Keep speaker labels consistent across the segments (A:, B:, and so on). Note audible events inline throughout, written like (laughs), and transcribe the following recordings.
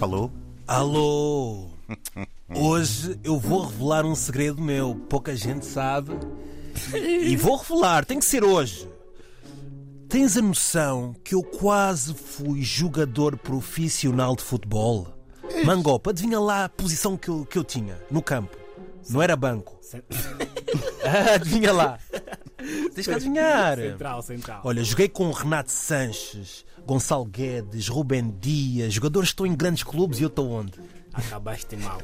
A: Alô?
B: Alô! Hoje eu vou revelar um segredo meu, pouca gente sabe. E vou revelar, tem que ser hoje. Tens a noção que eu quase fui jogador profissional de futebol? Mangopa, adivinha lá a posição que eu, que eu tinha no campo. Não era banco. adivinha lá. Tens que adivinhar.
C: Central, central.
B: Olha, joguei com o Renato Sanches, Gonçalo Guedes, Rubem Dias, jogadores que estão em grandes clubes e eu estou onde?
C: Acabaste mal.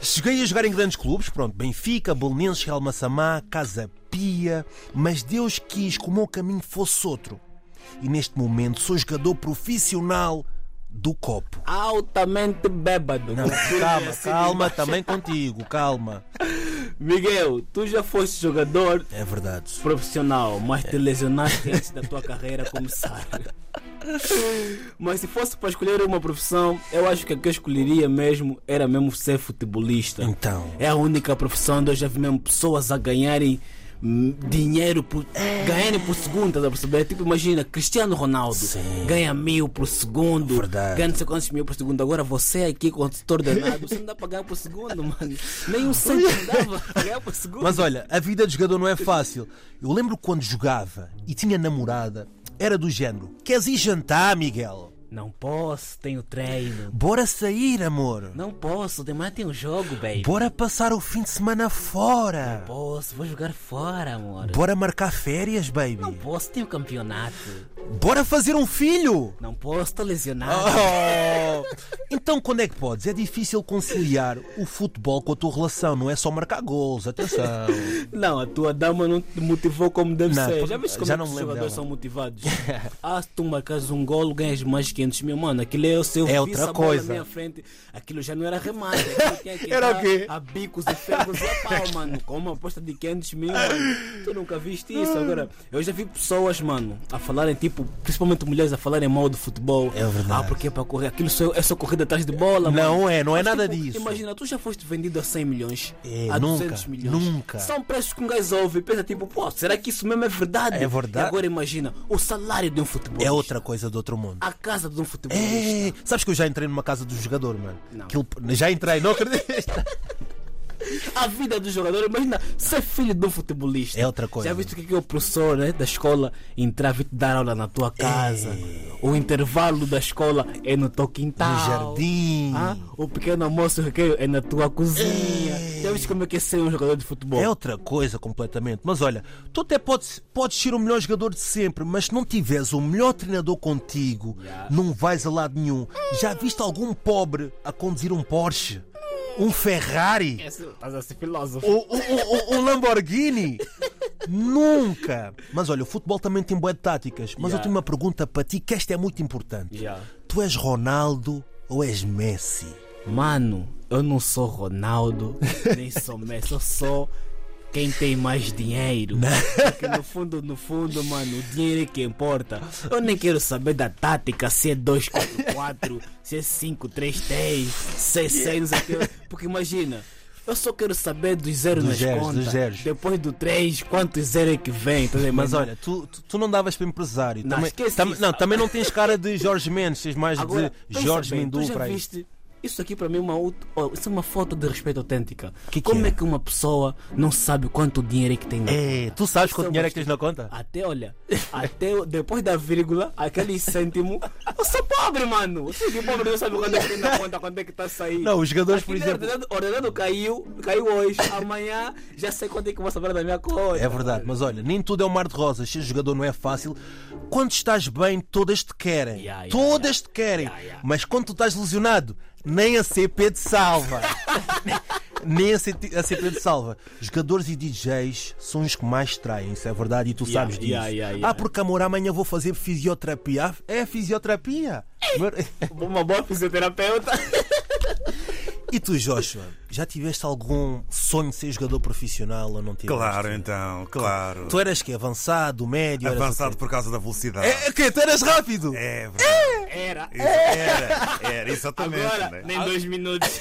B: Cheguei a jogar em grandes clubes, pronto, Benfica, Belenenses, Real Massamá, Casa Pia, mas Deus quis que o meu caminho fosse outro. E neste momento sou jogador profissional do copo.
C: Altamente bêbado.
B: Não, é assim. calma, calma, também contigo, calma.
C: Miguel, tu já foste jogador
B: É verdade.
C: profissional, mas te lesionaste antes da tua carreira começar. (laughs) Mas se fosse para escolher uma profissão, eu acho que a que eu escolheria mesmo era mesmo ser futebolista.
B: Então.
C: É a única profissão onde eu já vi mesmo pessoas a ganharem hum, dinheiro por. ganharem por segundo, tá a perceber? Tipo, imagina, Cristiano Ronaldo
B: Sim.
C: ganha mil por segundo,
B: Verdade.
C: ganha não sei quantos mil por segundo. Agora você é aqui com o tutor danado, você não dá para ganhar por segundo, mano. Nem um cêntimo dava para ganhar por segundo.
B: Mas olha, a vida de jogador não é fácil. Eu lembro quando jogava e tinha namorada, era do género: queres ir jantar, Miguel?
C: Não posso, tenho treino.
B: Bora sair, amor.
C: Não posso, demais tem um jogo, baby.
B: Bora passar o fim de semana fora.
C: Posso, vou jogar fora, amor.
B: Bora marcar férias, baby.
C: Não posso, tenho campeonato.
B: Bora fazer um filho!
C: Não posso, tô lesionado.
B: Oh. Então, quando é que podes? É difícil conciliar o futebol com a tua relação, não é só marcar gols, atenção.
C: Não, a tua dama não te motivou como deve
B: Não,
C: ser.
B: pois-
C: Já viste como
B: já
C: é que
B: não
C: os
B: me lembro
C: jogadores são
B: dela. (laughs)
C: motivados? ah, se tu marcas um golo, ganhas mais 500 mil, mano. Aquilo é o seu
B: É outra coisa.
C: na minha frente. Aquilo já não era remate.
B: (laughs)
C: aquilo tinha que
B: Era
C: dar
B: o quê?
C: A bicos e ferros e a pau, mano. Com uma aposta de 500 mil, mano. Tu nunca viste isso.
B: Ah.
C: Agora, eu já vi pessoas, mano, a falarem, tipo, principalmente mulheres, a falarem mal do futebol.
B: É verdade.
C: Ah, porque é para correr. Aquilo só, é só corrida atrás de bola, mano.
B: Não é, não é
C: Mas,
B: nada
C: tipo,
B: disso.
C: Imagina, tu já foste vendido a 100 milhões,
B: É,
C: a
B: nunca,
C: 200 milhões.
B: nunca.
C: São preços que um gajo ouve e pensa tipo, pô, será que isso mesmo é verdade?
B: É verdade.
C: E agora imagina, o salário de um futebolista.
B: É outra coisa do outro mundo.
C: A casa de um futebolista.
B: É, sabes que eu já entrei numa casa do jogador, mano.
C: Não.
B: Aquilo- já entrei, não acredito.
C: A vida do jogador, imagina ser filho de um futebolista.
B: É outra coisa.
C: Já viste o que é que o professor né, da escola entrar e te dar aula na tua
B: É.
C: casa? O intervalo da escola é no teu quintal.
B: No jardim.
C: Ah, o pequeno almoço e o recreio é na tua cozinha. Já viste como é que é ser um jogador de futebol?
B: É outra coisa completamente. Mas olha, tu até podes, podes ser o melhor jogador de sempre, mas se não tiveres o melhor treinador contigo, não vais a lado nenhum. Já viste algum pobre a conduzir um Porsche? Um
C: É,
B: Ferrari?
C: Estás a ser filósofo.
B: Ou um, Lamborghini? Nunca! Mas olha, o futebol também tem boé de táticas. Mas eu
C: Yeah.
B: tenho uma pergunta para ti, que esta é muito importante.
C: Yeah.
B: Tu és Ronaldo ou és Messi?
C: Mano, eu não sou
B: (laughs)
C: Ronaldo, nem sou Messi, eu sou quem tem mais dinheiro.
B: Né?
C: Porque no fundo, no fundo, mano, o dinheiro é que importa. Eu nem quero saber da tática, se é
B: (laughs)
C: 2-4-4, se é 5-3-3, se é 6, não sei o quê. Porque imagina, eu só quero saber dos zeros
B: Dos
C: nas
B: zeros,
C: contas.
B: dos zeros.
C: Depois do 3, quantos zeros é que vem? Tá vendo?
B: Mas olha, tu, tu, tu não davas para empresário.
C: Não,
B: também,
C: esquece
B: tam-
C: isso.
B: não, também não tens cara de Jorge Mendes, tens mais
C: Agora,
B: de
C: pensa
B: Jorge
C: bem,
B: Mendu
C: tu já
B: para aí.
C: viste? Isso aqui para mim é uma, aut- oh, isso é uma falta de respeito autêntica.
B: Que que
C: Como
B: é?
C: é? que uma pessoa não sabe quanto dinheiro é que tem na
B: É, tu sabes quanto
C: São
B: dinheiro é que
C: bastante-
B: tens na conta?
C: Até olha, até o- depois da vírgula, aquele cêntimo. (laughs) Eu sou pobre, mano. Eu sou de pobre, não sabe quanto é que tem na conta, quanto é que tá saindo.
B: Não, os jogadores, por
C: Aquele
B: exemplo.
C: Ordenado, ordenado caiu, caiu hoje. Amanhã já sei quanto é que vou saber da minha conta.
B: É verdade, mas olha, nem tudo é um mar de rosas. Ser jogador não é fácil. Quando estás bem, todas te querem.
C: Yeah, yeah,
B: todas te querem.
C: Yeah, yeah.
B: Mas quando tu estás lesionado, nem a CP te salva.
C: (laughs)
B: nem a CT a CP te salva. Jogadores e DJs são os que mais traem, isso é verdade, e tu
C: Yeah,
B: sabes disso.
C: yeah, yeah, yeah.
B: Ah, porque amor, amanhã vou fazer fisioterapia. Ah, É fisioterapia. É.
C: Uma boa
A: (laughs)
C: fisioterapeuta.
B: (laughs) e tu, Joshua, já tiveste algum sonho de ser jogador profissional ou não tiveste?
A: Claro, então, claro.
B: Tu eras que avançado, médio, eras o quê?
A: Avançado por causa da velocidade.
B: É, é que tu eras rápido.
A: É verdade.
C: Era.
A: Isso, era, era, exatamente.
C: Agora,
A: né?
C: nem dois minutos.